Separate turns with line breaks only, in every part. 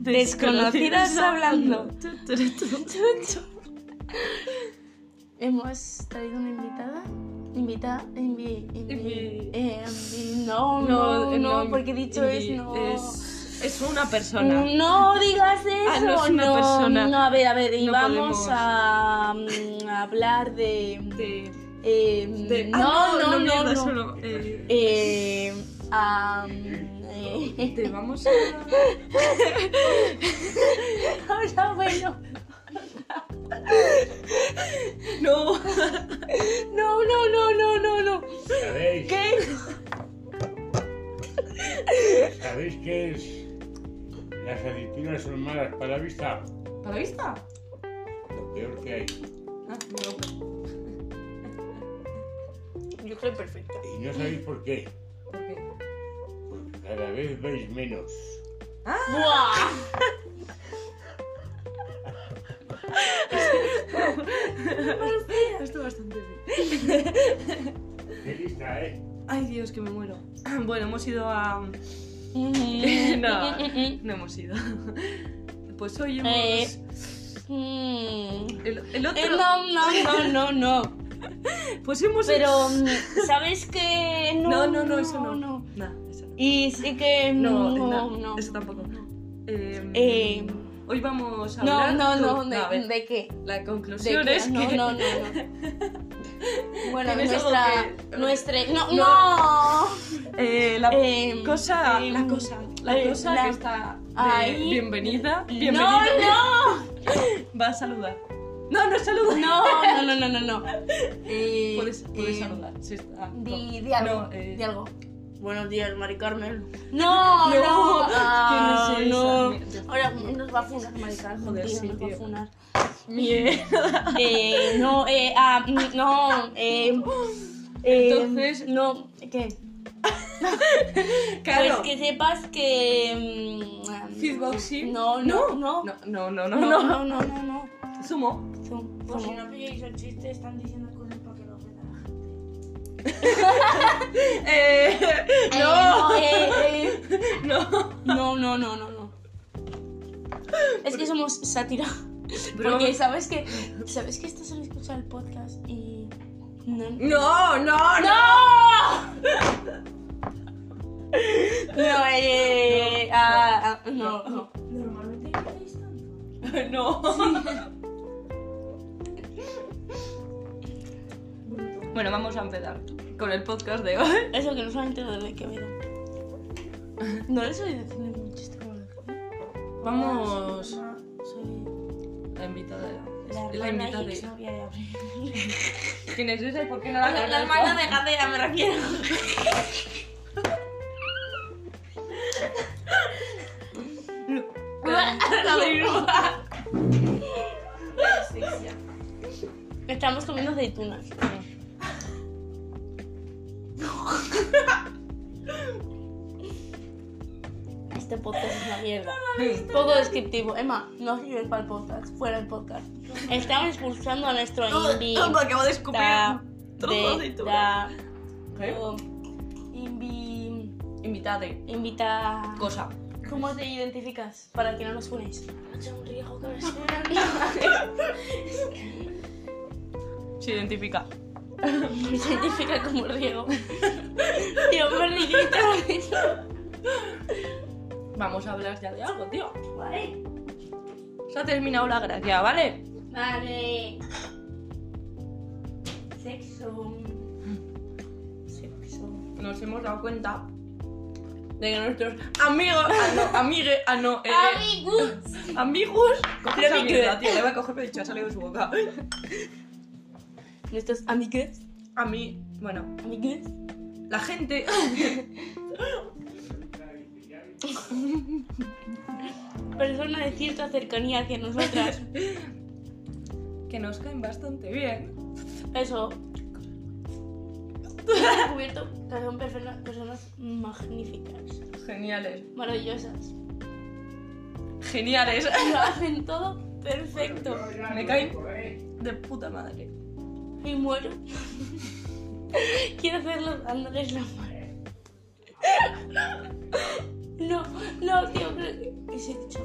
Desconocidas hablando.
Hemos traído una invitada. Invita, invi, invi-
Invi-
eh, invi- no,
No,
no, no,
no,
porque he dicho
y
es no. Mm.
Es, es una persona. Ah,
No digas eso.
no es una persona.
no, a ver, a ver, y
No
vamos
podemos.
a, mm, a hablar de.
De-
eh,
de-
no,
ah,
no, no,
mierda,
no.
solo, eh,
Eh, a, mm, eh,
te vamos a...
ahora, bueno.
No.
No, no, no, no, no, no.
¿Sabéis,
¿Qué?
¿Sabéis que es? Las aceitunas son malas para la vista.
¿Para la vista?
Lo peor que hay.
Ah, no.
Yo creo perfecto.
Y no sabéis por qué.
Ok.
Porque cada vez veis menos.
¡Buah!
Esto bastante bien.
Qué lista, ¿eh?
Ay, Dios, que me muero. Bueno, hemos ido a...
Eh,
No, no hemos ido. Pues hoy hemos...
Eh. Mm.
El, el otro...
Eh, no, no, no, no, no.
Pues hemos...
Pero, mm, ¿sabes qué?
No, no, no, eso no. Nah, eso no.
Y sí que.
No,
No,
nah,
no, no.
eso tampoco. Eh,
Eh,
hoy vamos a
No,
hablar...
no,
sobre-
no, de,
a ver,
¿de qué?
La
¿De
conclusión
qué?
es
no,
que...
no, no, no. Bueno,
¿Tienes algo
nuestra.
que-
Nuestra. No,
No.
no.
Eh, la
Em,
cosa...
em,
la cosa... La
eh,
cosa
la-
que está... de
Ahí.
Bienvenida. Bienvenida.
No,
Va a saludar. No, no saluda.
no. No, no, no, no, no. Eh,
Puedes, puedes
eh,
saludar. Sí, está.
Di, di algo.
No, eh,
di algo. Buenos días, Mari Carmen. No, Oh, no.
No,
ah,
que no
no.
sé esa.
Ahora nos va a funar, Mari Carmen.
Joder,
tío,
sí,
nos va
tío.
a funar.
Mierda.
Eh, no, eh, ah, mm, no, eh, eh,
Entonces-
no, ¿qué?
Claro.
Pues que sepas que... mm,
Fitboxing.
No, no, no,
No, no, no, no.
no, no,
no.
no, no, no.
Sumo.
Zoom,
Por si
zoom.
no pilláis el chiste, están diciendo cosas para que lo vean.
Eh,
Eh,
no.
eh, eh,
No.
no, no, no, no, no. Es que somos sátira.
Bro.
Porque sabes que, sabes que estás al escuchar el podcast y... No,
No, no, no.
¡No! No, eh. ah, ah, no, no.
Normalmente no pilláis tanto.
No. Bueno, vamos a empezar con el podcast de hoy.
Eso que no solamente lo de Quevedo. No les voy a decir ningún chiste con el Quevedo.
Vamos.
Ah, soy
La invitada.
la
La
hermana
invitada.
y exnovia de Abril.
¿Quién es esa y por qué no la
La,
conozco?
hermana de Gadea me refiero. La viruja. Estamos comiendo aceitunas. Este podcast es una mierda. Poco descriptivo. Emma, no sirven para el podcast. Fuera el podcast. Estamos expulsando a nuestro
Me
invitado.
acabo de escupir. trozo de aceituna.
¿Eh? Invi...
Invitada.
Invita...
Cosa.
¿Cómo te identificas? Para que no nos funes.
Hace un riesgo que me suena.
Se identifica.
Me identifica como Riego. Tío, me riguito.
Vamos a hablar ya de algo, tío.
Vale.
Se ha terminado la gracia, ¿vale?
Vale. Sexo. Sexo.
Nos hemos dado cuenta de que nuestros amigos, ah, no, amigue, ah, no, eh,
Amigos.
amigos. Coge esa
Amigue.
mierda, tío, le voy a coger, me he dicho, ha salido de su boca.
Nuestros amigos.
A mí, bueno,
Amigos.
la gente.
Persona de cierta cercanía hacia nosotras.
que nos caen bastante bien.
Eso. Hemos descubierto que son persona- personas magníficas,
Geniales.
maravillosas.
Geniales.
Lo hacen todo perfecto.
Me caen de puta madre.
Y muero. Quiero hacerlo dándoles la mano. No, no, tío, creo que. Ese dicho.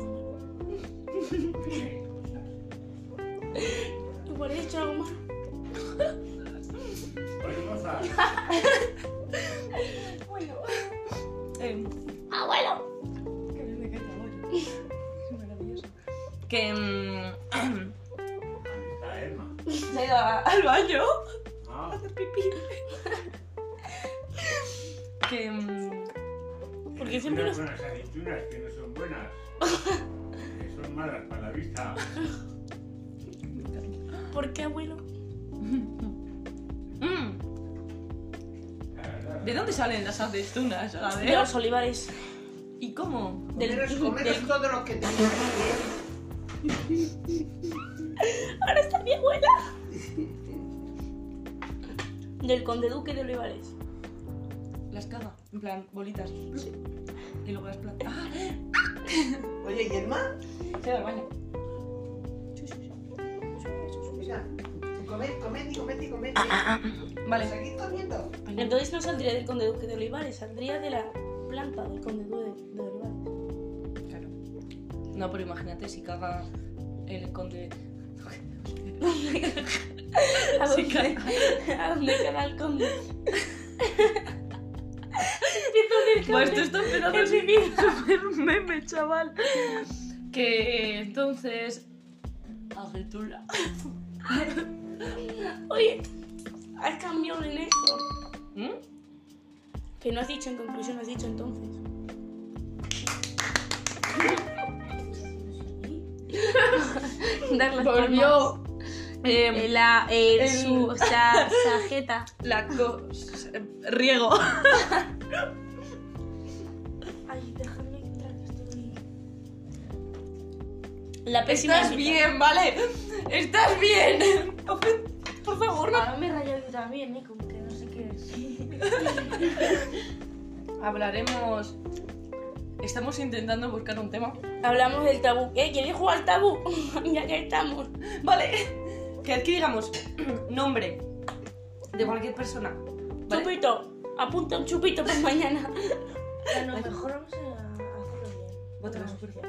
¿Tú por hecho algo más?
Oye, moza,
Bueno,
Eh,
¡Abuelo!
que bien me cae tu abuelo. Es maravilloso. Que. mm,
ahí está Emma.
se ha ido a- al baño.
Ah,
Pipí. Que. mm,
Porque siempre
Cuidado
los...
con las aceitunas que no son buenas. que son malas para la vista.
me encanta.
¿Por qué, abuelo?
Mm,
La verdad.
¿De dónde salen las aceitunas? A
De
ver.
los olivares.
¿Y cómo?
Del... del-
todo lo que tenía.
Ahora está mi abuela. Del conde duque de olivares.
Las caga. En plan, bolitas. Y luego las planta. ¡Ah!
Oye, Yerma,
Se da baño.
mira, comed, comed y comed y comed.
Ah,
Vale.
Seguid comiendo.
Entonces no saldría del conde duque de olivares, saldría de la planta del conde duque de olivares.
Claro. No, pero imagínate si caga el conde.
¿A
Si
dónde,
caga.
¿A dónde queda el conde? Empiezo a decir
Pues
conde.
esto está empezando a
en mi
ser
vida.
un meme, chaval. Que entonces. Aceituna.
Oye, has cambiado en esto.
¿Mm?
Que no has dicho en conclusión, has dicho entonces. Dar las palmas.
Em,
Eh, La, eh,
El-
su sa- sajeta.
la cosa. Riego.
ay, déjame entrar que estoy.
La pésima.
Estás
invita-
bien, ¿vale? Estás bien. Por favor, no.
Ahora Ah, me he rayado yo también, ¿eh? Como que no sé qué es.
Hablaremos. Estamos intentando buscar un tema.
Hablamos del tabú. ¿Eh? ¿Queréis jugar al tabú? ya que estamos.
Vale. Que aquí digamos nombre de cualquier persona. ¿vale?
Chupito. Apunta un chupito para mañana.
A lo mejor vamos a hacerlo bien.
Vos te vas a
hostia.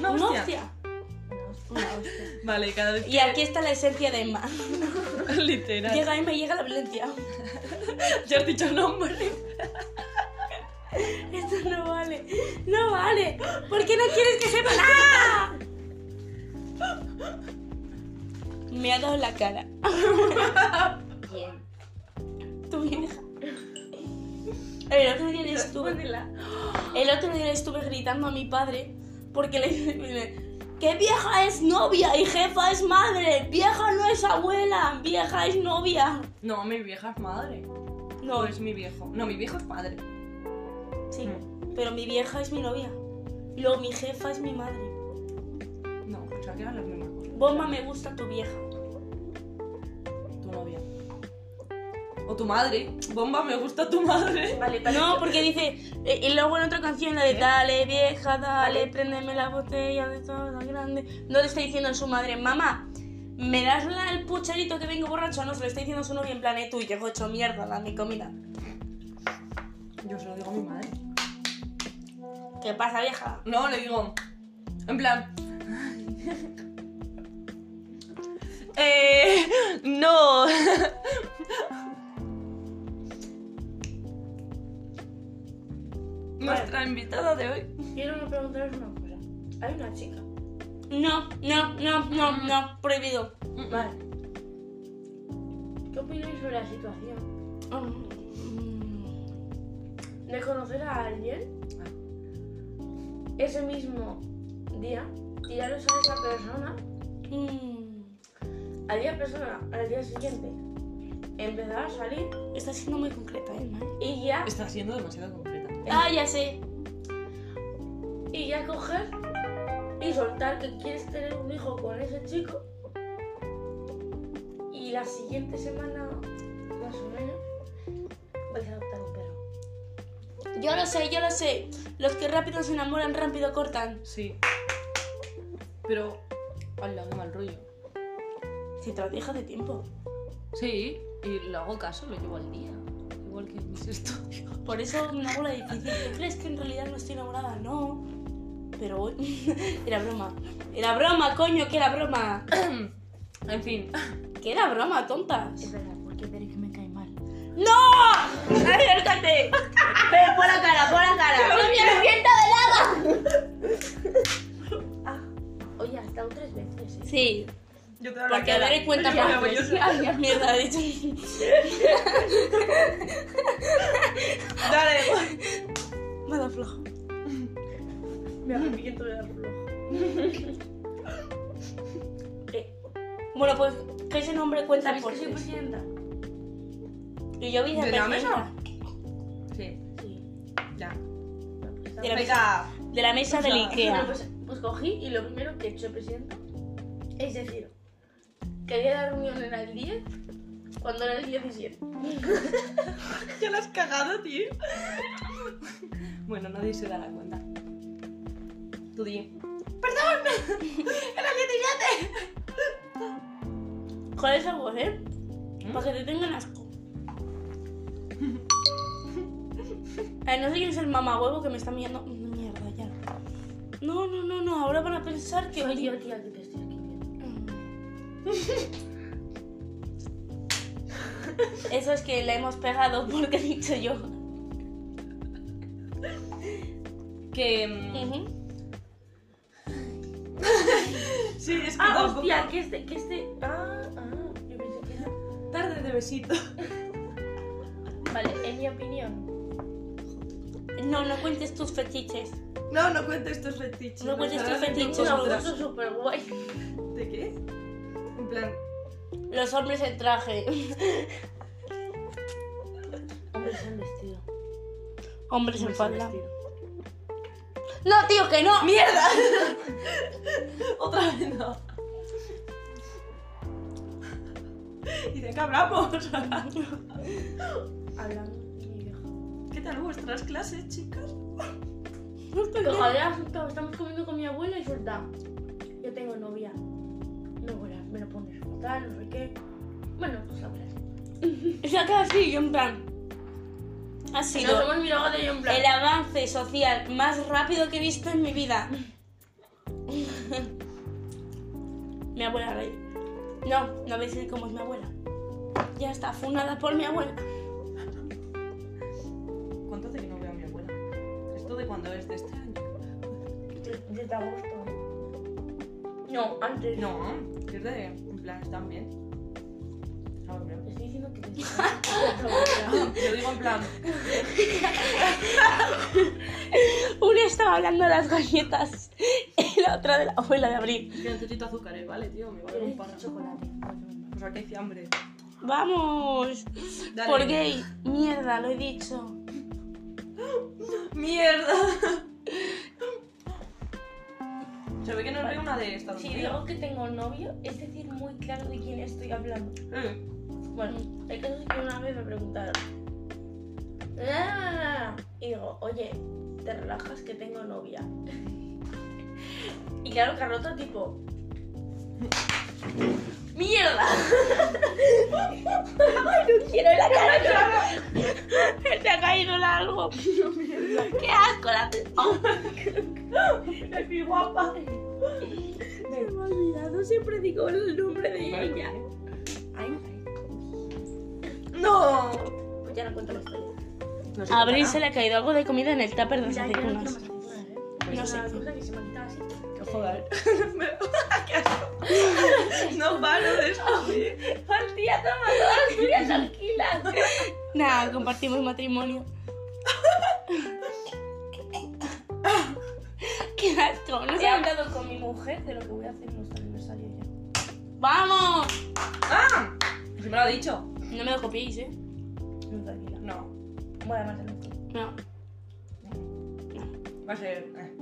No,
Una
hostia.
hostia.
Una hostia. Una hostia.
Vale, cada vez.
Y aquí está la esencia de Emma.
Literal.
Llega Emma y llega la violencia.
Ya has dicho nombre.
Esto no vale. No vale. ¿Por qué no quieres que sepa nada? Me ha dado la cara.
Bien.
Tú bien, hija. El otro día le estuve. El otro día le estuve gritando a mi padre porque le le- que vieja es novia y jefa es madre. Vieja no es abuela, vieja es novia.
No, mi vieja es madre. No,
No,
es mi viejo. No, mi viejo es padre.
sí. Pero mi vieja es mi novia. Y luego mi jefa es mi madre.
No, o sea, que eran las mismas cosas.
Bomba me gusta tu vieja.
Tu novia. O tu madre. Bomba, me gusta tu madre.
Vale, tal
No, porque dice, eh, y luego en otra canción la de
¿Eh?
dale vieja, dale, préndeme la botella de todo grande. No le está diciendo a su madre, mamá, ¿me das la, el pucharito que vengo borracho? No, se lo está diciendo a su novia en plan, eh, tú, yo hecho mierda, la mi comida.
Yo se lo digo a mi madre.
¿Qué pasa, vieja?
No, le digo. En plan. Eh, no. Nuestra invitada de hoy.
Quiero preguntaros una cosa. Hay una chica.
No, no, no, no, no, prohibido.
Vale. ¿Qué opináis sobre la situación?
Mm,
De conocer a alguien ese mismo día, tiraros a esa persona,
mm,
al día persona, al día siguiente, empezar a salir
Está siendo muy concreta, Emma. ¿eh?
y ya,
Está siendo demasiado concreta.
Ah, ya sé.
y ya coger y soltar que quieres tener un hijo con ese chico y la siguiente semana, más o menos, vais a adoptar un perro.
Yo lo sé, yo lo sé. Los que rápido se enamoran, rápido cortan.
Sí. Pero. Hola, qué mal rollo.
Si te lo dije hace tiempo.
Sí, y lo hago caso, lo llevo al día. Igual que mis estudios.
Por eso me hago la difícil. ¿Tú crees que en realidad no estoy enamorada? No. Pero hoy. era broma. Era broma, coño, que era broma.
En fin.
Que era broma, tontas.
verdad, porque veré que me cae mal.
¡No! ¡Acércate! Pero pon la cara, pon la cara.
Ah, Oye, has dado tres veces. ¿eh?
Sí,
Yo te doy la
porque a
cara.
ver cuenta
Yo me
más
voy, yo
veces.
soy-
Ay, mierda, he dicho.
Dale.
Me da flojo.
Me arrepiento de darlo.
Bueno, pues que ese nombre cuenta
¿Sabéis
por
que soy
tres.
presidenta?
Y yo vi
¿De la mesa?
mesa.
Sí,
Sí.
ya.
De la mesa,
Venga.
de la mesa del
Bueno,
Ikea.
pues, pues cogí y lo primero que he hecho, presidenta, es decir, que el día de la reunión era el 10 cuando era el 17.
Ya la has cagado, tío. bueno, nadie se dará cuenta. Tú di.
¿Cuál es algo, eh? Para que te tengan asco. Ay, no sé quién es el mamahuevo que me está mirando. Mm, Mierda, ya. No, no, no, no. Ahora van a pensar que.
Soy yo, tía, que te estoy escribiendo.
Eso es que la hemos pegado porque he dicho yo.
Que. mm,
Ujú.
Sí, es que
Ah,
tampoco-
hostia, que este, que este. Ah, ah, yo pensé que era.
Tarde de besito.
Vale, en mi opinión.
No, no cuentes tus fetiches.
No, no cuentes tus fetiches.
No cuentes tus
Nos harás
fetiches,
sentir
Una
nosotras.
foto súper guay.
¿De qué? En plan,
Los hombres en traje.
Hombres han vestido.
Hombres en
sin
falda.
vestido.
No, tío, que no.
¡Mierda! Otra vez no. ¿Y de qué hablamos?
Hablando de mi vieja.
¿Qué tal vuestras clases, chicas?
Pero joder, asustado, estamos comiendo con mi abuela y suelta. Yo tengo novia. No, abuela, me lo pones fatal, no sé qué. Bueno, pues sabrás.
Se ha quedado así, yo en plan. Ha
Si
sido
nos hemos mirado de ello en plan.
el avance social más rápido que he visto en mi vida. mi abuela rey. No, no voy a decir cómo es mi abuela. Ya está funada por mi abuela.
¿Cuánto hace que no veo a mi abuela? ¿Esto de cuándo es? ¿De este año?
de- Desde agosto. No, antes.
No, es de... En plan, están bien. Ah, A ver, mira.
Te estoy diciendo que desde agosto.
Yo digo en plan...
Una estaba hablando de las galletas y la otra de la abuela de abril.
Yo necesito azúcares, ¿vale, tío? Me vale un
Pero
par.
es chocolate.
O sea, que hice hambre.
Vamos.
Dale.
Por gay. Mierda, lo he dicho.
¡Mierda! Se ve que no veo una de estas.
Si
¿no?
digo que tengo novio, es decir, muy claro de quién estoy hablando.
Eh,
Bueno, el caso es que una vez me preguntaron. "Ah", Y digo, oye, te relajas que tengo novia. Y claro, Carlota, tipo. ¡Mierda!
no quiero la cara. Se te ha caído el algo. Qué asco la
¡Qué guapa!
Se me ha olvidado, siempre digo el nombre de ella.
Ay,
¡No!
pues ya no cuento la historia.
no
A Abril se le ha caído algo de comida en el tupper de las
Ya, ya no
aceitunas.
quiero más ¿eh?
No
Es
sé.
una cosa que se me ha quitado así.
Joder. ¡Qué asco! No paro de escupir.
¡Tía, toma todas las tuyas alquilas!
Nada, compartimos matrimonio. Qué asco, no
He
sé.
hablado con mi mujer de lo que voy a hacer en nuestro aniversario ya.
¡Vamos!
¡Ah! Si me lo ha dicho.
No me lo copiéis, ¿eh?
No, tranquila.
No.
Bueno, además, no.
No.
Va a ser. eh.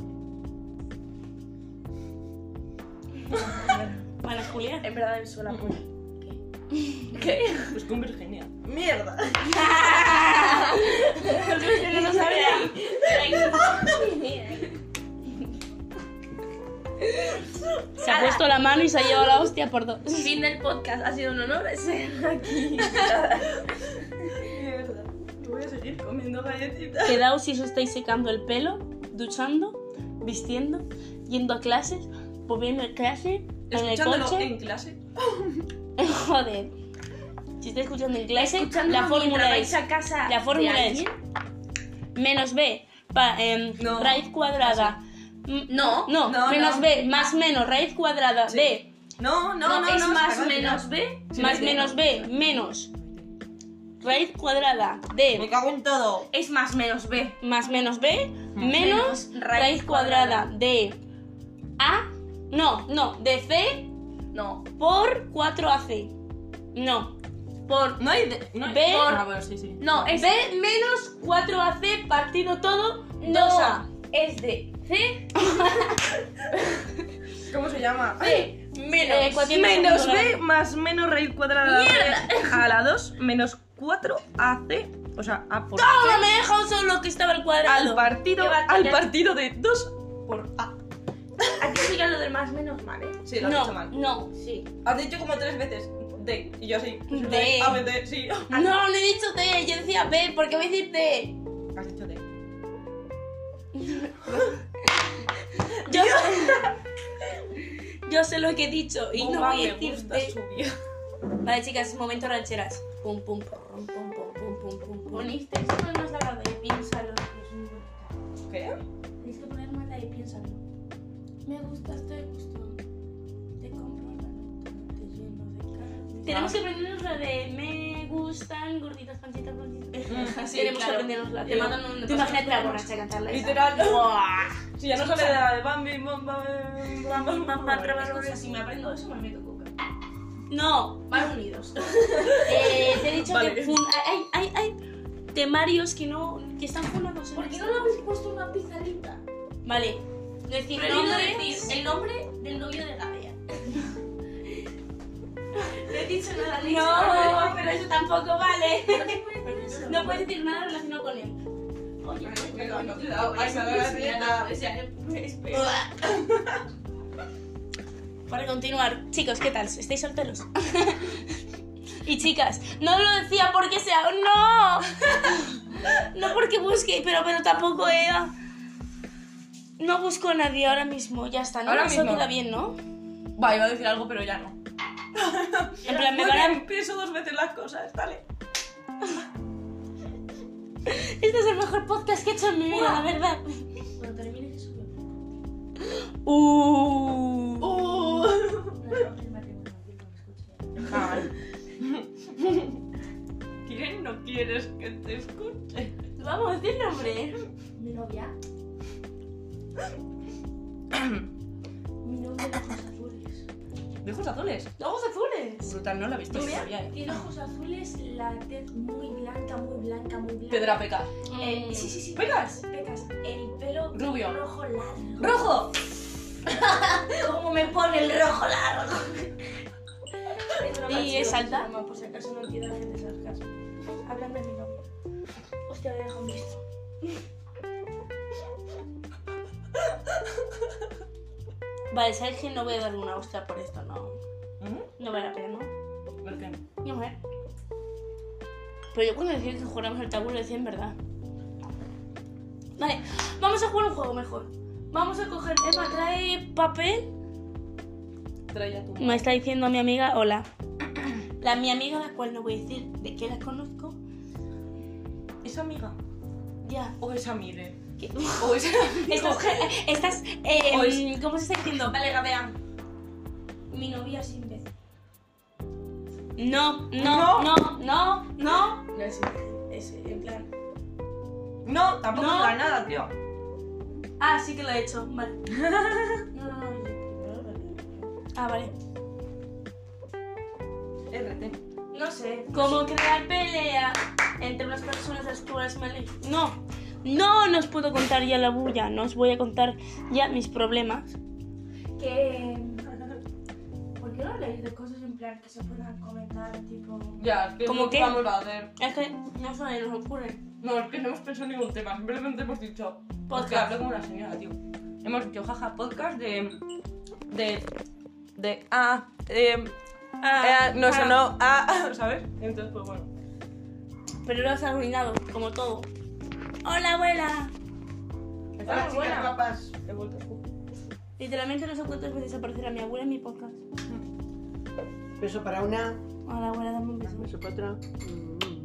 Para Julia.
En verdad, es sola polla.
¿Qué? Pues con Virginia. ¡Mierda!
que no sabía. Se ha puesto la mano y se ha llevado la hostia por dos.
Fin del podcast. Ha sido un honor ser aquí.
¡Mierda! Yo voy a seguir comiendo galletitas.
Quedaos si os estáis secando el pelo, duchando, vistiendo, yendo a clases, volviendo a clase, en el
Escuchándolo
coche.
en clase.
Joder. Si está escuchando en clase,
Escuchándolo
la
mientras
fórmula
vais
es
a casa
la
de
fórmula es-
alguien.
menos b pa- em,
No.
raíz cuadrada. m-
No.
No,
No,
menos
no.
b más menos raíz cuadrada
Sí.
de
No, no, no, no.
es
se
más
acaba de tirar.
menos B.
Sí,
más
me
menos b menos raíz cuadrada
Me
de
cago en todo.
Es más menos B.
más menos b menos
Menos
raíz
raíz
cuadrada de a no, no, de c
No.
por 4ac. No,
Por.
No hay. de- no hay-
Ve-
Ah, bueno, sí, sí.
No, es.
b menos 4ac partido todo
no.
2a.
Es de C.
¿Cómo se llama?
B. Menos.
Eh, cuatro-
Menos B más menos raíz cuadrada de a la 2 menos 4 AC, o sea, A por
No me he dejado solo que estaba el
al
cuadrado.
partido,
Qué va,
al
ya-
partido de 2 por A.
Aquí sí ya lo del más menos mal, ¿eh?
Sí, lo has dicho
No,
mal.
no.
Sí.
Has dicho como tres veces D y yo así.
D.
A, B, D, sí.
No, no he dicho D, yo decía B, ¿por qué voy a decir D?
Has dicho D.
Yo, yo sé lo que he dicho y no
Bomba,
voy
Pues me
a decir
gusta
D.
su vida.
Vale, chicas, momento rancheras. Pum, pum, pum, pum, pum, pum, pum, pum, pum.
Poniste eso en los dados de piénsalo. que es muy bonita.
¿Qué?
Tienes que poner más de ahí, piénsalo. Me gustaste, te gustó. Te compro la nota, te lleno de Ah. cara.
Tenemos que aprendernos la de me gustan gorditas, pancitas, gorditas.
sí,
Tenemos que
claro.
aprendernos la
Te
de.
mandan un-
Tú imagínate la borracha cantarla. esa.
Literal.
Buah.
Si ya no sale de la de Bambi, bomba,
Bambi, mamá, traba,
O sea, si me aprendo eso, me meto coca.
No,
Van unidos.
eh, te he dicho
Vale.
que fun- hay, hay, hay temarios que no que están funados. en
¿Por qué
esto.
no le habéis puesto una pizarrita?
Vale, decir
Prohibido
nombres.
decir el nombre del novio de Gaia. Le he dicho nada, le he dicho
No,
nada.
pero eso tampoco vale.
No se puede decir eso.
No puedes decir nada relacionado con él.
Oye,
pero no te da-
no,
ay, me da la
es
galleta.
o sea, es peor.
Para continuar, chicos, ¿qué tal? ¿Estáis solteros? y chicas, no lo decía porque sea. ¡No! no porque busque, pero, pero tampoco era. No busco a nadie ahora mismo, ya está. ¿no?
Ahora
Eso
mismo.
queda bien, ¿no?
Va, iba a decir algo, pero ya no.
En plan, me
Muy
van a-
bien, Pienso dos veces las cosas, dale.
Este es el mejor podcast que he hecho en mi vida, la verdad.
Cuando termines eso, yo-
Uh.
no, no, el matrimonio, yo no lo escuché.
¿Quién no quieres que te escuche?
Vamos a decir nombre.
Mi novia. Mi novia de ojos azules.
De ojos azules.
Ojos azules.
Brutal, no la he visto
Rubia.
todavía, eh.
Tiene ojos azules, la tez muy blanca, muy blanca, muy blanca.
Piedra pecar.
Eh, sí, sí, sí.
¿Pecas?
Pecas. El pelo
Rubio.
rojo largo.
¡Rojo!
¿Cómo me pone el rojo largo? Es broma,
¿Y
chicos,
es alta?
broma, Por si acaso no quiero hacer de sarcasmo. Hablando de mi novia. Hostia, le dejo un beso.
Vale, ¿sabes que no voy a darle una hostia por esto? No. No vale la pena, ¿no?
¿Mm? ¿Por qué?
Mi mujer. Pero yo cuando decía que jugáramos al tabú lo decía en verdad. Vale, vamos a jugar un juego mejor. Vamos a coger. Emma, trae papel.
Trae ya tu.
Me está diciendo mi amiga, hola. La mi amiga, la cual no voy a decir de qué la conozco.
¿Es amiga?
Ya.
¿O es amigue?
¿Qué?
¿O es
Estás. estás eh,
Pues-
¿Cómo se está diciendo?
Vale, Gabea. Mi novia es imbécil.
No, no, no, no, no.
No es imbécil. Es en plan.
No, tampoco
No.
no. nada, tío.
Ah, sí que lo he hecho. Vale.
No, no, no. yo-
Ah, vale.
RT.
No sé.
¿Cómo crear pelea entre unas personas las cuales me ale- No, no, no os puedo contar ya la bulla, no os voy a contar ya mis problemas.
Que. ¿Por qué no leéis de cosas en plan que se puedan comentar? Tipo.
Ya, es que
¿Cómo
no
qué?
vamos a hacer.
Es que no se nos ocurre.
No, es que no hemos pensado en ningún tema. Simplemente hemos dicho.
Podcast.
Que hablo como una señora, tío. Hemos dicho, jaja, podcast de. de. de. ah. em, eh, no
ah.
sonó. ah, ¿sabes? Entonces, pues bueno.
Pero lo has arruinado, como todo. Hola, abuela.
Está
Hola,
muy
chicas
buena.
guapas.
He vuelto a escupir.
Literalmente no sé cuántas veces aparecerá mi abuela en mi podcast.
Beso para una.
Hola, abuela, dame un beso.
Beso para otra. Mm, mm,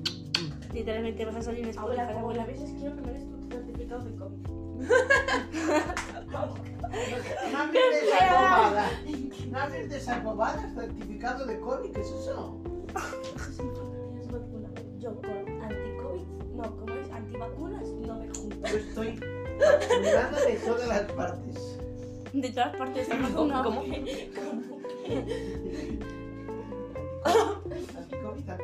mm.
Literalmente vas a salir en Spotify,
Abuela, como
abuela.
las veces quiero que me des tu certificado de COVID.
No hables de esa bobada. No hables de esa bobada. Certificado de COVID. ¿Qué es eso?
Es vacuna.
Yo con anti-COVID, no, como es antivacunas, no me junto.
Yo estoy vacunada de todas las partes.
De todas partes está
¿Cómo?
vacunado.
¿Cómo?
Anti-COVID, anti...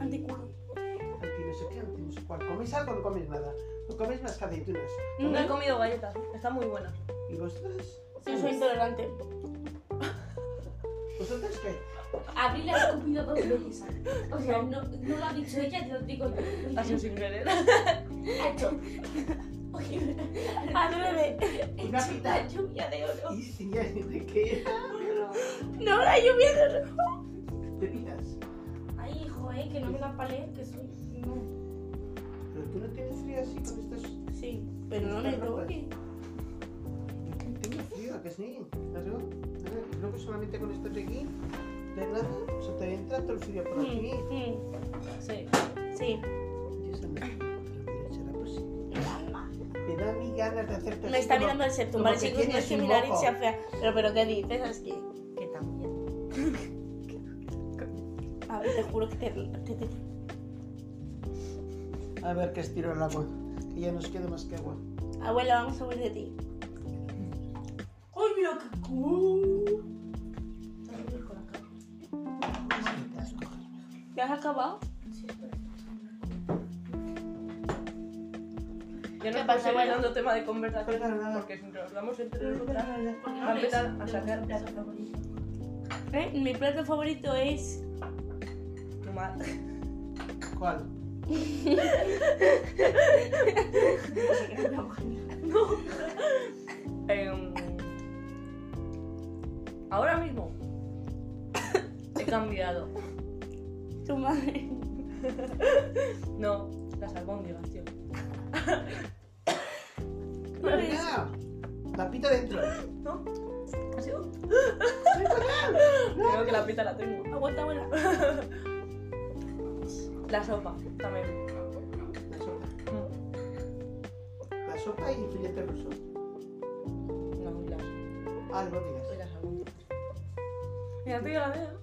Anticulo.
anti no sé qué, anti no sé cuál. ¿Coméis algo o no coméis nada? No coméis más que aceitunas.
Mm.
No he comido galletas. Está muy buena.
¿Y vosotras?
Yo soy intolerante.
¿Vosotras qué?
Abril la ha escupido dos veces. O sea, no, no lo ha dicho ella, te lo digo yo.
Ha sido sin querer.
Ha hecho. Oye,
Al bebé.
Una
la
pita.
lluvia de oro.
Y tenía de qué era.
No, la lluvia de oro.
Pepitas.
Ay, hijo, eh, que no me la palé, que soy. No.
Pero tú no tienes frío así con estas...
Sí, pero no me toque.
Tengo frío, que sí. Claro. Nada, Creo que solamente con estos de aquí, de nada, se te entra todo el frío por aquí.
Mm,
Sí.
mm, Sí.
Y eso no. Pero será posible. Me da a mí ganas de hacerte
Me
así
está
como-
mirando el septum,
como
vale,
que
chicos, no es
tienes
que
un
mi nariz
moco.
sea fea. Pero, pero, ¿qué dices? Es que,
Que también.
a ver, te juro que te... te, te-
A ver que estiro el agua. Que ya nos queda más que agua.
Abuela, vamos a huir de ti.
Ay, mira qué cool. Está muy rico la cara.
¿Ya has acabado?
Sí, espera.
Yo no
¿Qué
estoy
pasa, abuela?
hablando tema de conversación
Perdón, nada.
porque si nos hablamos entre nosotras
Porque
va a
no ves?
empezar a
Tenemos
sacar
un plato favorito.
¿Eh? Mi plato favorito es...
tu madre.
¿Cuál?
Em, ahora mismo he cambiado.
Tu madre.
No, las albóndigas, tío.
¡Nada! La pita dentro.
¿No? ¿Ha sido?
No,
Creo que la pita la tengo.
Aguanta, abuela.
La sopa también. Mm,
La sopa. La sopa y filete ruso.
No, y las,
Ah, no digas.
y las albóndigas. Mira, tío, la veo.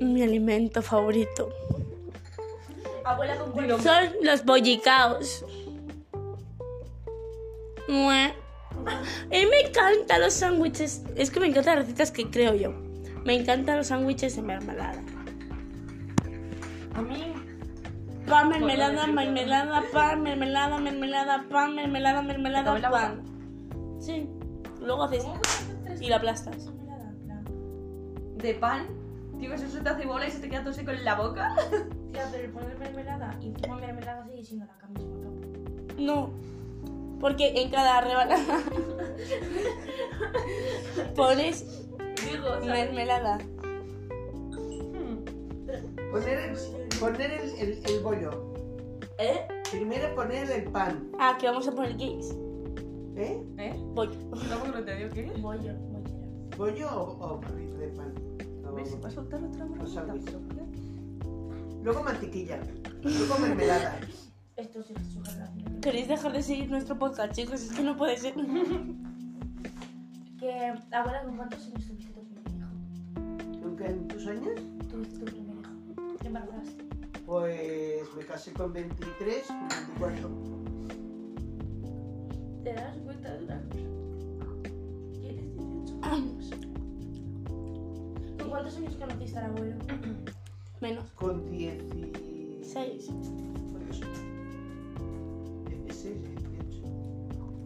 Mi alimento favorito.
Abuela con cuerno.
Dilo.
Son los bollicaos. Mua. Y me encantan los sándwiches. Es que me encantan las recetas que creo yo. Me encantan los sándwiches de mermelada.
A mí
Pan, mermelada, mermelada, pan, mermelada, mermelada, pan, mermelada,
¿Te cabe
mermelada,
la
pan. Sí. Luego haces
¿Cómo puedes hacer tres
y la aplastas.
mermelada, en plan?
de pan, tío, eso se te hace bola y se te queda todo seco en la boca.
Ya, pero poner mermelada y encima mermelada sigue siendo la misma capa.
No. Porque en cada rebanada pones
Digo, o sea,
mermelada.
hmm,
Poner el, poner el, el, el bollo.
¿Eh?
Primero poner el pan.
Ah, que vamos a poner gays.
¿Eh?
¿Eh?
Voy.
No, porque no te digo qué.
Bollo, bollera.
¿Bollo o, o burrito de pan? O-
¿Ves? Va a soltar otra bromita.
sándwiches. Luego mantequilla. Luego mermelada.
Esto sí es su relación.
¿Queréis dejar de seguir nuestro podcast, chicos? Es que no puede ser.
Que, abuela, ¿con cuántos años tuviste tu primer hijo?
Nunca en tus años,
Tuviste tu primer hijo. Te embarazaste.
pues me casé con 23, con 24.
¿Te das cuenta de una cosa? Tienes 18 años. ¿Con cuántos años conociste al abuelo?
Menos.
Con 16.
Seis.
Con 16, 18.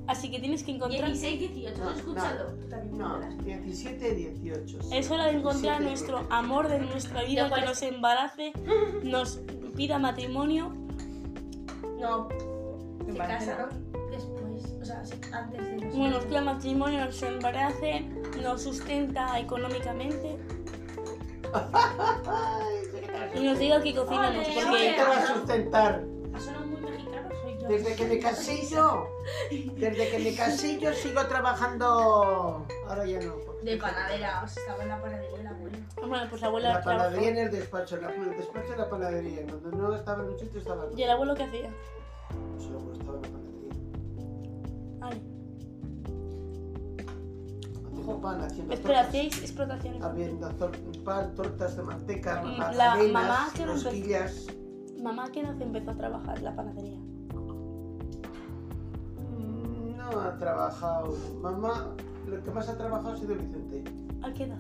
Así que tienes que encontrar.
16, 18,
No,
¿has escuchado? Tú también
No,
me
17, 18. sí.
Es hora de encontrar
17,
nuestro amor de nuestra vida que nos embarace, nos pida matrimonio.
No,
Me
se
parece
casaron después, o sea, se- antes de los...
Bueno, nos pida matrimonio, nos embarace, nos sustenta económicamente
Ay,
y nos diga que cocinamos.
Ole,
¿Quién
Porque
te va a sustentar?
¿Ha sonado muy mexicano? Soy yo.
Desde que me casé yo, desde que me casé yo sigo trabajando. Ahora ya no. porque-
De panadera, o sea, estaba en la panadería la abuela.
Bueno, pues la abuela
La panadería
trabajó.
en el despacho, la, el despacho de la panadería. Cuando no estaba en un sitio estaba en
¿Y
otro.
el abuelo qué hacía?
Solo estaba en la panadería.
Vale.
Haciendo pan, haciendo
Espera,
tortas.
hacíais explotaciones.
Habiendo tor- pan, tortas de manteca,
Mm,
magdalenas,
la mamá que nos-
rosquillas.
Mamá, ¿qué edad empezó a trabajar en la panadería?
Mm, No ha trabajado. Mamá, lo que más ha trabajado ha sido Vicente.
¿A qué edad?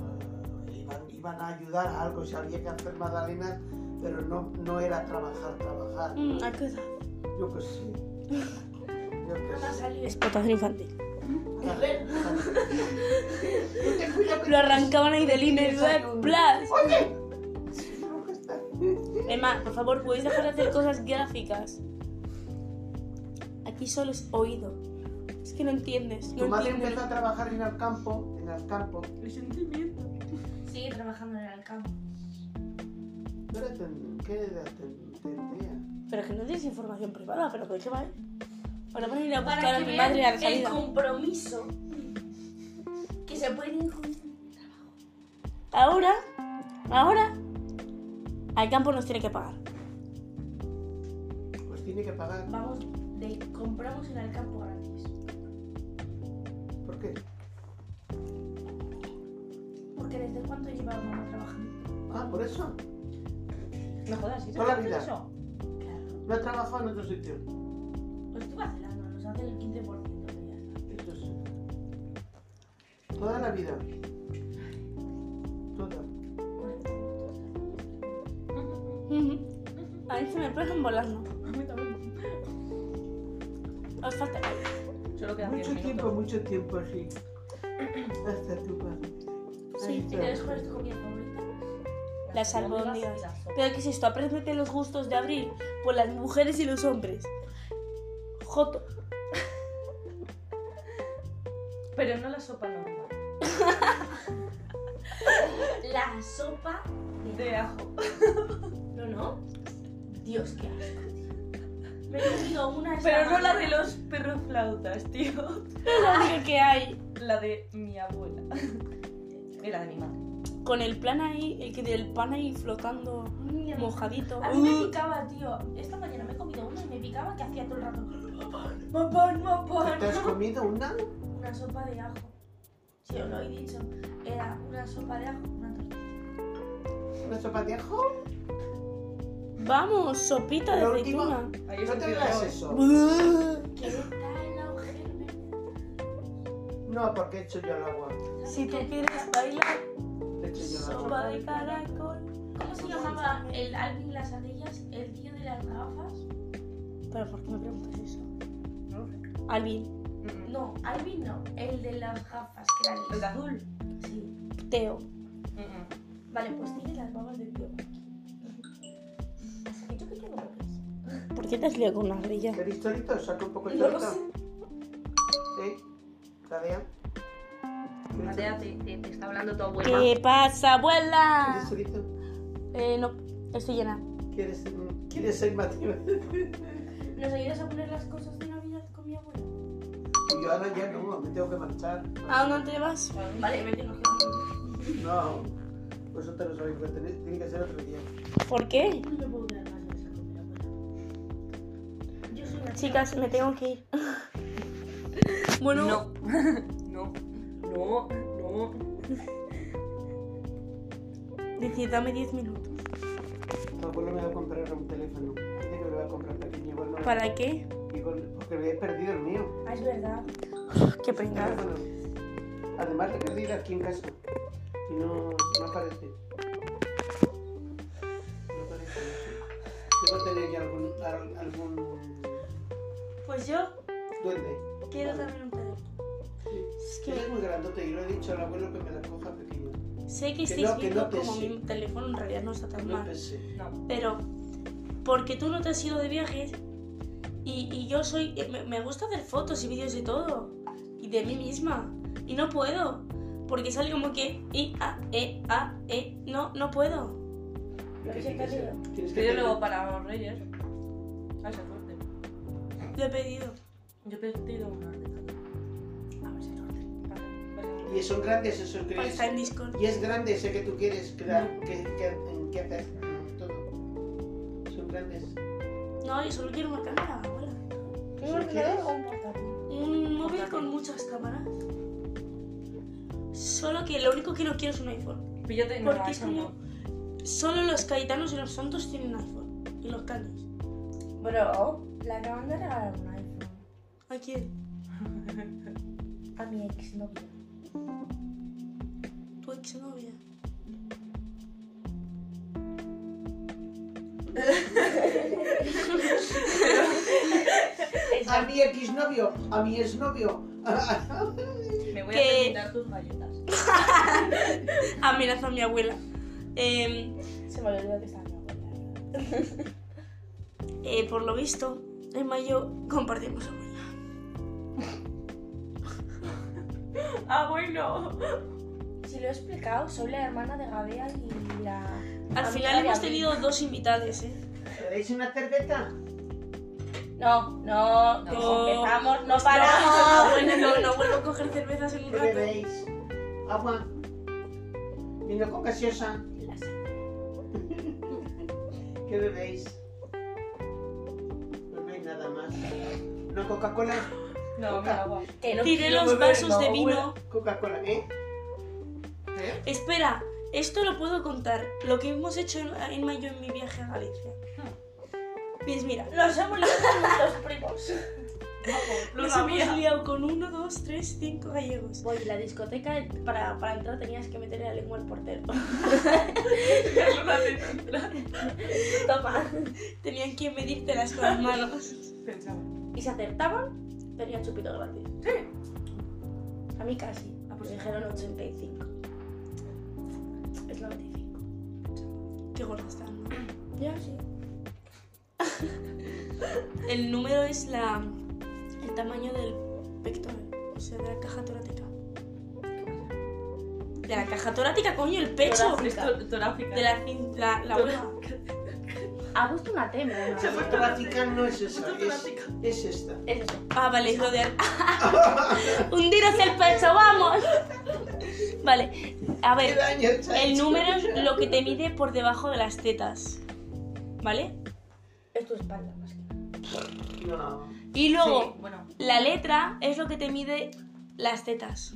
Ah, iban, iban a ayudar a algo, si había que hacer magdalenas, pero no, no era trabajar, trabajar.
Mm, ¿A qué edad?
Yo que sé. Yo que sé.
Explotación infantil.
Carrera. Yo te fui a
Lo arrancaban ahí del INE, ¡plas!
Oye.
Emma, por favor, ¿podéis dejar de hacer cosas gráficas? Aquí solo es oído. Es que no entiendes. No
Tu madre
entiendes.
empezó a trabajar en el campo, en el campo.
El sentimiento.
Sigue trabajando en el campo.
¿No era ten- ¿Qué edad ten- tendría?
Pero que no tienes información privada, pero ¿de qué va? Ahora van a ir a buscar
Para
a
que
mi madre a la
vean el
salida.
compromiso que se puede encontrar.
Ahora, ahora, al campo nos tiene que pagar.
Pues tiene que pagar.
Vamos, de, compramos en el campo gratis.
¿Por qué?
Porque desde cuánto lleva mamá trabajando.
Ah, por eso.
No jodas, ¿sí
Toda la vida.
eso? Claro.
No ha trabajado en otro sitio.
Pues tú vacilando, nos hacen el 15% que ya está.
Esto sí. Toda la vida. Toda.
Ujú. A mí se me pegan volando. Os falta.
Solo quedan 10
Mucho tiempo,
minutos.
mucho tiempo así. Hasta tu padre. Ahí
Sí,
¿Y
está.
¿Tienes cuál es tu comida favorita?
Las albóndigas.
y las sopas.
¿Pero qué es esto? Apréndete los gustos de abril por las mujeres y los hombres. Joto.
Pero no la sopa normal.
La sopa de...
De ajo.
No, no. Dios, qué asco. tío. Me he comido una esta
Pero no la de
mañana.
los perros flautas, tío.
Es lo único que hay.
La de mi abuela. Y la de mi madre.
Con el plan ahí, el que del pan ahí flotando,
Mi amor.
mojadito.
A mí me picaba, tío. Esta mañana me he comido una y me picaba que hacía todo el rato. Mapán, mapán,
¿Te has
mapán.
comido una?
Una sopa de ajo. Si os lo he dicho, era una sopa de ajo, una tortilla.
¿Una sopa de ajo?
Vamos, sopita de
Lo último.
aceituna.
Ahí es
No
un
te
tío.
digas eso.
Que está en la germen.
No, porque he hecho yo el agua.
Si tú quieres bailar,
He hecho yo el agua.
sopa de caracol.
¿Cómo se llamaba el Alvin las ardillas? El tío de las gafas.
¿Pero por qué me preguntas eso? Alvin,
Mm, mm.
No, Alvin no. El de las gafas, que era
El de
liso.
azul.
Sí.
Teo.
Mm, mm.
Vale, pues tiene las babas de tío. Así que yo que tengo pocas.
¿Por qué te has liado con una ardilla?
¿Queréis choritos? Saca un poco de
No lo
chorizo. ¿Sí? ¿Tarea? ¿Queréis
Matea, te,
eh,
te- te está hablando tu abuela.
¿Qué pasa, abuela?
¿Quieres chorizo?
Eh, no, estoy llena.
¿Quieres, ¿Quieres ser matrimonio?
¿Nos ayudas a poner las cosas de Navidad con mi abuela?
Yo ahora ya no, me tengo que marchar.
¿A dónde te vas?
Vale, me tengo que ir.
No, pues vosotros sabéis que tenéis, tiene que ser otro día.
¿Por qué?
No me puedo quedar más en esa comida, abuela.
Yo soy una
Chicas, me tengo que ir. Bueno,
No. No. No. No.
decí, dame 10 minutos.
Tu abuelo pues me va a comprar un teléfono. Dice que me lo va a comprar pequeño, igual no.
¿Para qué?
igual- porque me he perdido el mío.
Ah, es verdad.
Qué pringada.
Teléfono. Además le he perdido aquí en casa. Y no, no aparece. No aparece. Debo tener ya algún, al- algún
Pues yo
duende.
quiero también un teléfono. Es
Que es
que
muy grandote y lo he dicho al abuelo que me la coja pequeña.
sé que
Que
estáis
no, que
viendo
no te
como
sé.
mi teléfono en realidad no está tan
No
mal.
pensé.
Pero porque tú no te has ido de viajes y, y yo soy. eh, Me, me gusta hacer fotos y vídeos de todo. Y de mí misma. Y no puedo. Porque sale como que. I, A, E, A, E. No, no puedo.
Tienes que-
Lo he hecho
tienes que-
Pídelo para los reyes. Ah, esa corte.
Lo he pedido.
Yo he pedido una de cada.
A
Ah,
ver si lo ordeno.
Vale, vale.
Y son grandes esos que
Pues
es-
está en Discord.
Y es grande ese que tú quieres crear, que, que, que hacer todo. Son grandes.
No, yo solo quiero una cámara, abuela.
¿Un ordenador o
un portátil?
Un móvil con muchas cámaras. Solo que lo único que no quiero es un iPhone.
Píllate, no,
Porque es
esa
como.
no.
Solo los caetanos y los santos tienen iPhone. Y los canes.
Bro, le acaban de regalar un iPhone.
¿A quién?
A mi ex novia.
Tu exnovia.
A mi exnovio, a mi exnovio.
Me voy
Que-
a preguntar tus galletas.
Amenaza a mi abuela. Em,
Se me olvidó que estaba mi abuela.
Eh, por lo visto, en mayo compartimos abuela.
Ah, bueno.
Si lo he explicado, soy la hermana de Gabea y la.
Al
amiga
final
de
hemos
Abril.
tenido dos invitados, ¿eh?
¿Queréis una cerveza?
No, no, que
No.
empezamos, no
No,
paramos.
bueno, no, no vuelvo a coger cervezas en un
¿Qué
rato.
bebéis? Agua. Vino con gaseosa. ¿Qué bebéis? Pues no hay nada más. ¿No Coca-Cola?
No, me agua.
Que no
Tiré
quiero
los
beber,
vasos
no,
de
abuela.
vino.
Coca-Cola, ¿eh? ¿Eh?
Espera, esto lo puedo contar. Lo que hemos hecho en, en mayo en mi viaje a Galicia. Pues mira,
Los hemos liado con los primos.
nos
Lola mía.
hemos liado con uno, dos, tres, cinco gallegos.
Voy, la discoteca, para, para entrar tenías que meter la lengua al portero.
Lola te-
Toma.
Tenían que medirte las con las manos.
Pensaba.
Y si acertaban, tenían chupito gratis. A mí casi.
Ah, pues
me dijeron 85. Es 95.
Qué gorda están, ¿no?
Ya, sí.
El número es la, el tamaño del pectoral, o sea, de la caja torácica. De la caja torácica, coño, el pecho.
Torácica.
Es to- torácica.
De la, cin- la, la oreja.
Ha puesto una T, me da
Se
una-
fue.
Práctica no es esa,
Otra
es,
torácica.
es esta.
Es eso.
Ah, vale, es lo de... Hundir hacia el pecho, vamos. Vale, a
¿Qué
ver,
daño te ha
el
hecho?
número es lo que te mide por debajo de las tetas. ¿Vale?
Es tu espalda, más que nada.
No.
Y luego,
Sí, bueno.
la letra es lo que te mide las tetas.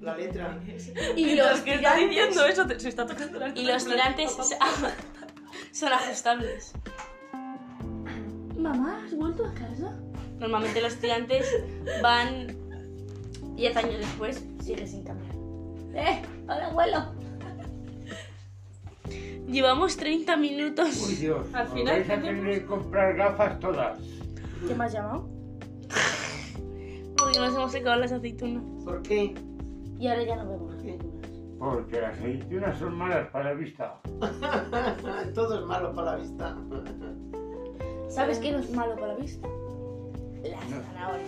La letra.
Y los
que está
tirantes-
diciendo eso te- se está tocando las
Y los tirantes se- son ajustables.
Mamá, ¿has vuelto a casa?
Normalmente los tirantes van
10 años después, sigue sin cambiar. ¡Eh! ¡Hola, abuelo!
Llevamos 30
Uy,
minutos.
Dios.
Al
os
final,
vais a
¿qué
tener que comprar gafas todas.
¿Qué me has llamado?
Porque nos hemos secado las aceitunas.
¿Por qué?
Y ahora ya no vemos.
¿Qué?
Porque las aceitunas son malas para la vista.
Todo es malo para la vista.
¿Sabes qué no es malo para la vista? La
No.
zanahoria.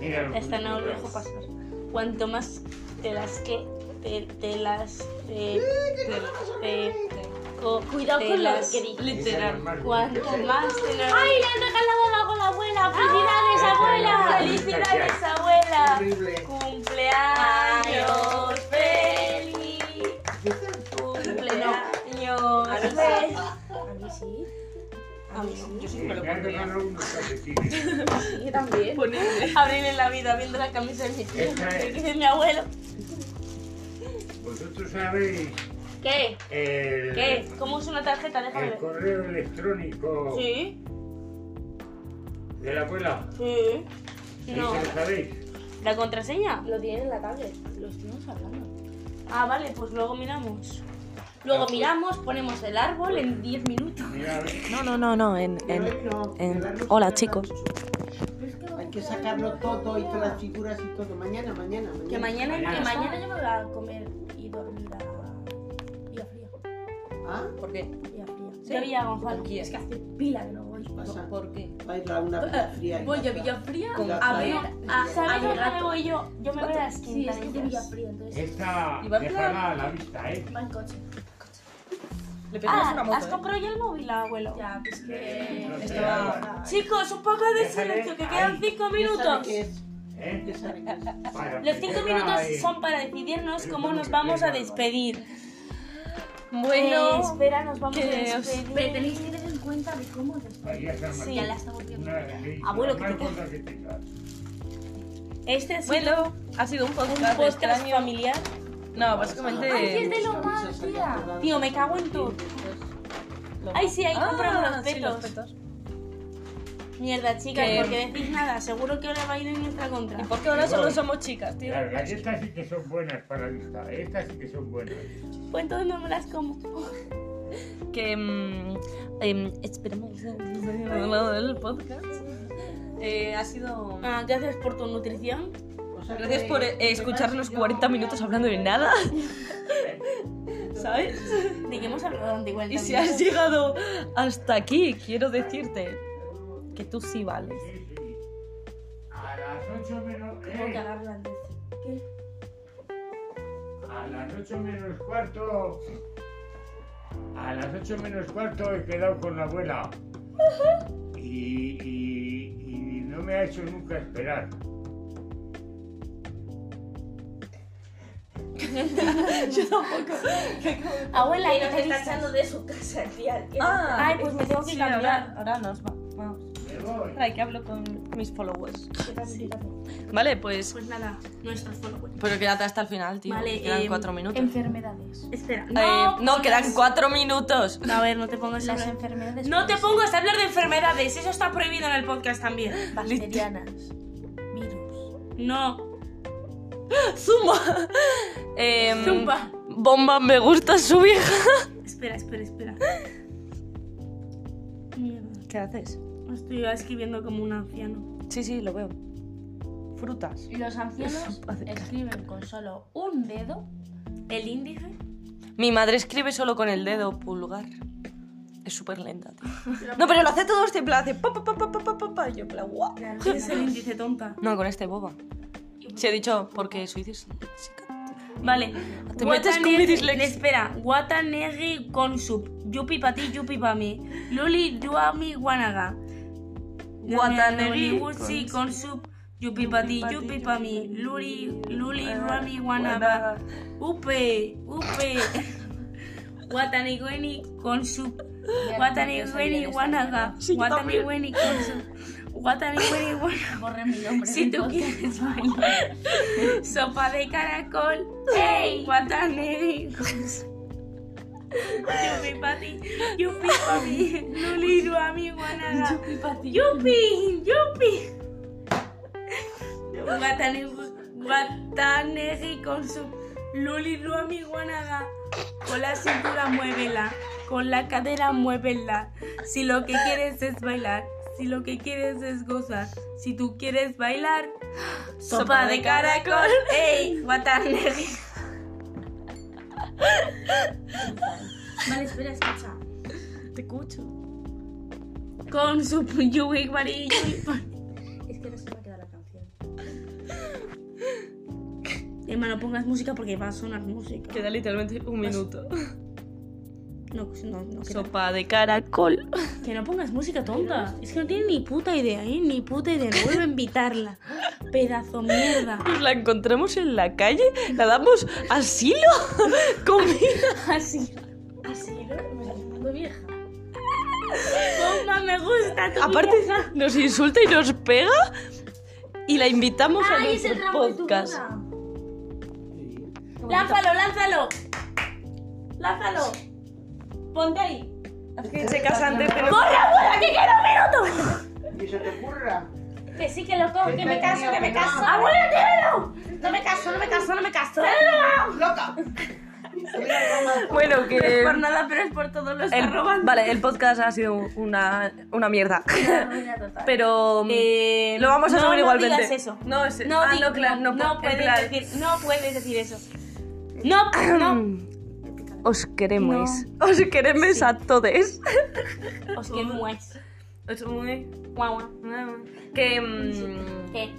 Mira lo que
Esta no lo
compras.
dejo pasar. Cuanto más te las que. Te, te las. Te. te- te- co-
Cuidado
te
con lo
las-
que dije.
Esa
Literal.
es más-
Cuanto más te las. Ah,
¡Ay, le han regalado algo a la abuela! ¡Felicidades, abuela!
¡Felicidades, abuela!
Horrible.
¡Cumpleaños feliz! ¡Cumpleaños feliz!
A mí sí. A mí sí.
Yo sí me
Me
lo
han
pondría.
regalado unos calcetines.
Sí, también.
Ponerle.
Abrir en la vida viendo la camisa de mi tío.
Esta es-
que dice mi abuelo.
Vosotros sabéis
¿Qué?
el,
¿Qué? ¿Cómo es una tarjeta? Déjame
el
ver.
correo electrónico
Sí,
de la abuela.
sí. No.
¿Eso lo sabéis?
¿La contraseña?
Lo tienen en la tablet. Lo estuvimos hablando.
Ah, vale, pues luego miramos. Luego miramos, ponemos el árbol
pues,
en 10 minutos.
Mira, a ver.
No, no, no, no, en... en-
No,
en-
el árbol
hola,
se
chicos.
Pues
Hay que sacarlo todo y todas
Ah.
las figuras y todo. Mañana, mañana, mañana.
Que mañana
Que
que
mañana
mañana.
yo me voy a comer y dormir a... Y a frío.
¿Ah?
¿Por qué?
Y a frío.
Yo vi a Gonzalo.
¿Quién?
Es que hace pila que no voy.
Pasa.
¿Por qué?
Va a ir a una playa fría. y
Voy
ya
a
está.
Villafría
Con
a
gato.
ver a
¿Sabes
Javi
dónde me
Gato.
voy yo? Yo me voy a las
Sí, es que es de
quintanillas.
Villafría, entonces
Esta
¿Y va a
dejada a la vista, ¿eh?
va en coche.
Le pedimos
Ah,
una moto.
¿has
¿eh?
comprado ya el móvil, abuelo?
Ya, pues que.
Estaba-
Chicos, un poco de
Déjale
silencio, que quedan
ahí.
5
sabe
minutos.
qué es.
¿Eh?
Ya sabe qué es.
Para
Los
que
5
tenga
minutos
ahí.
son para decidirnos
Pero
cómo
bueno,
nos vamos a
venga,
despedir. Eh,
Bueno,
espera, nos vamos a
que os-
despedir.
Pero tenéis que tener en cuenta de cómo después.
Ahí está,
Sí.
Martín.
Ya la estamos viendo.
Una
ya.
ley,
Abuelo,
la
que
más
te ca-
gorda que tengas.
Este es
bueno, ha sido un podcast,
un podcast
extraño.
familiar.
No, Ah, básicamente.
Ay, es de lo
Muchas
más,
cosas hay que
tía.
acordar.
Tío, me cago en todo. Ay, sí, ahí
Ah,
compramos los
sí,
petos. Mierda, chicas,
Que-
porque decís nada. Seguro que ahora va a ir en nuestra contra.
¿Y por qué ahora solo somos chicas, tío?
Las galletas sí que son buenas para la vista. Estas sí que son buenas.
Pues entonces no me las como.
que mm, em, esperemos el podcast Eh, ha sido
Ah, gracias por tu nutrición.
O sea,
gracias
que-
por eh, escucharnos 40 minutos hablando de nada sabes
¿De qué hemos hablado durante igual?
y si has llegado hasta aquí quiero decirte que tú sí vales
Sí, sí. A las 8 menos.
Tengo que
¡Eh!
cagar antes.
A las 8 menos cuarto. A las 8 menos cuarto he quedado con la abuela. Y, y- y no me ha hecho nunca esperar.
Abuela, y
Pero
no te
se está
vistas.
echando de su casa, tía. que-
Ay, pues me tengo que
Ah, sí,
cambiar.
ahora, ahora nos va- vamos
Me voy.
Ay, que hablo con mis followers
Yo también, yo también.
vale pues
Pues nada, nuestros followers.
pero quédate hasta el final tío
Vale,
quedan
em,
4 minutos
Enfermedades.
Espera.
Eh, no
pongas-
quedan 4 minutos
A ver, pues- no te pongas
Las
sobre-
enfermedades.
No te pongas a hablar de enfermedades. Eso está prohibido en el podcast también.
Bacterianas. Virus.
No.
Zumba. Em,
Zumba.
Bomba, me gusta su vieja.
Espera, espera, espera. Mierda.
¿Qué haces?
Estoy escribiendo como un anciano.
Sí, sí, lo veo. Frutas.
Los ancianos escriben con solo un dedo.
¿El índice?
Mi madre escribe solo con el dedo pulgar. Es súper lenta, tío. No, pero lo hace todo este en plan, hace pa pa pa pa pa pa pa pa. y Yo en plan, guau.
¿Qué es el índice tonta?
No, con este boba. Se he dicho porque soy disléxica.
Vale.
Te metes con mi dislexia.
Espera. Watanegi Konsub. Yupi pa ti, yupi pa mí. Luli duami guanaga.
Watanegi
Utsi Konsub. Yupi pa ti, yupi pa mí. Luli, Luli
Ah,
ruami guanaga. Upe, upe. Watanegüeni Konsub. Watanegüeni guanaga.
Sí, yo también.
Watanegüeni Konsub. Watanegüeni guanaga.
Borre mi nombre.
Si tú quieres bailar Sopa de caracol ¡Ey! Guataneri Yupi pati Yupi papi Luli ruami guanaga Yupi Yupi Guataneri Guataneri con su Luli ruami guanaga Con la cintura muévela Con la cadera muévela Si lo que quieres es bailar si lo que quieres es gozar, si tú quieres bailar, Sopa de caracol, ey, guataneri.
Vale, espera, escucha.
Te escucho.
Con su yuwi guari, yuwi guari.
Es que no se me ha quedado la canción.
Hermano, pongas música porque va a sonar música.
Queda literalmente un minuto.
No, no, no. que-
Sopa de caracol.
Que no pongas música tonta. Es que no tiene ni puta idea, ¿eh? Ni puta idea. No vuelvo a invitarla. Pedazo mierda.
Nos la encontramos en la calle, la damos asilo, comida.
Así.
Así, ¿no? Me estás llamando vieja.
Bomba, me gusta. tu
Aparte,
vieja.
nos insulta y nos pega. Y la invitamos a
¡Ay, es el
nuestro
ramo de tu
podcast.
boda!
Lánzalo, lánzalo. Lánzalo. Ponte ahí.
Que se casa antes, pero.
¡Borra, borra! ¡Que quiero un minuto!
Y se te ocurra.
Que sí, que lo cojo, que me caso, que me caso.
¡Abuelo, tíralo!
No me caso, no me caso, no me caso.
¡Loca!
Bueno,
No
que.
es por nada, pero es por todo lo que
el-
está robando.
vale, el podcast ha sido una, una mierda. Pero.
Eh,
lo vamos a
no,
subir
no
igualmente.
digas eso.
No, es,
No,
ah,
di-
no, claro, no,
no
en
puedes
plan-
decir, no puedes decir eso. No, no.
Os queremos. Os queremos a todos.
Os quiero mucho.
Es muy.
Guau, guau.
Que. mm,
¿Qué?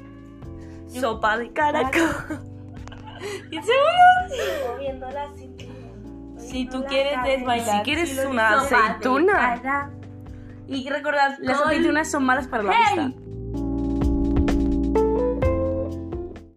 sopa de caracol.
¿Y el segundo?
Moviéndola sin que.
Si tú quieres es bailar. Si quieres una aceituna. Y recordad, las aceitunas son malas para la vista.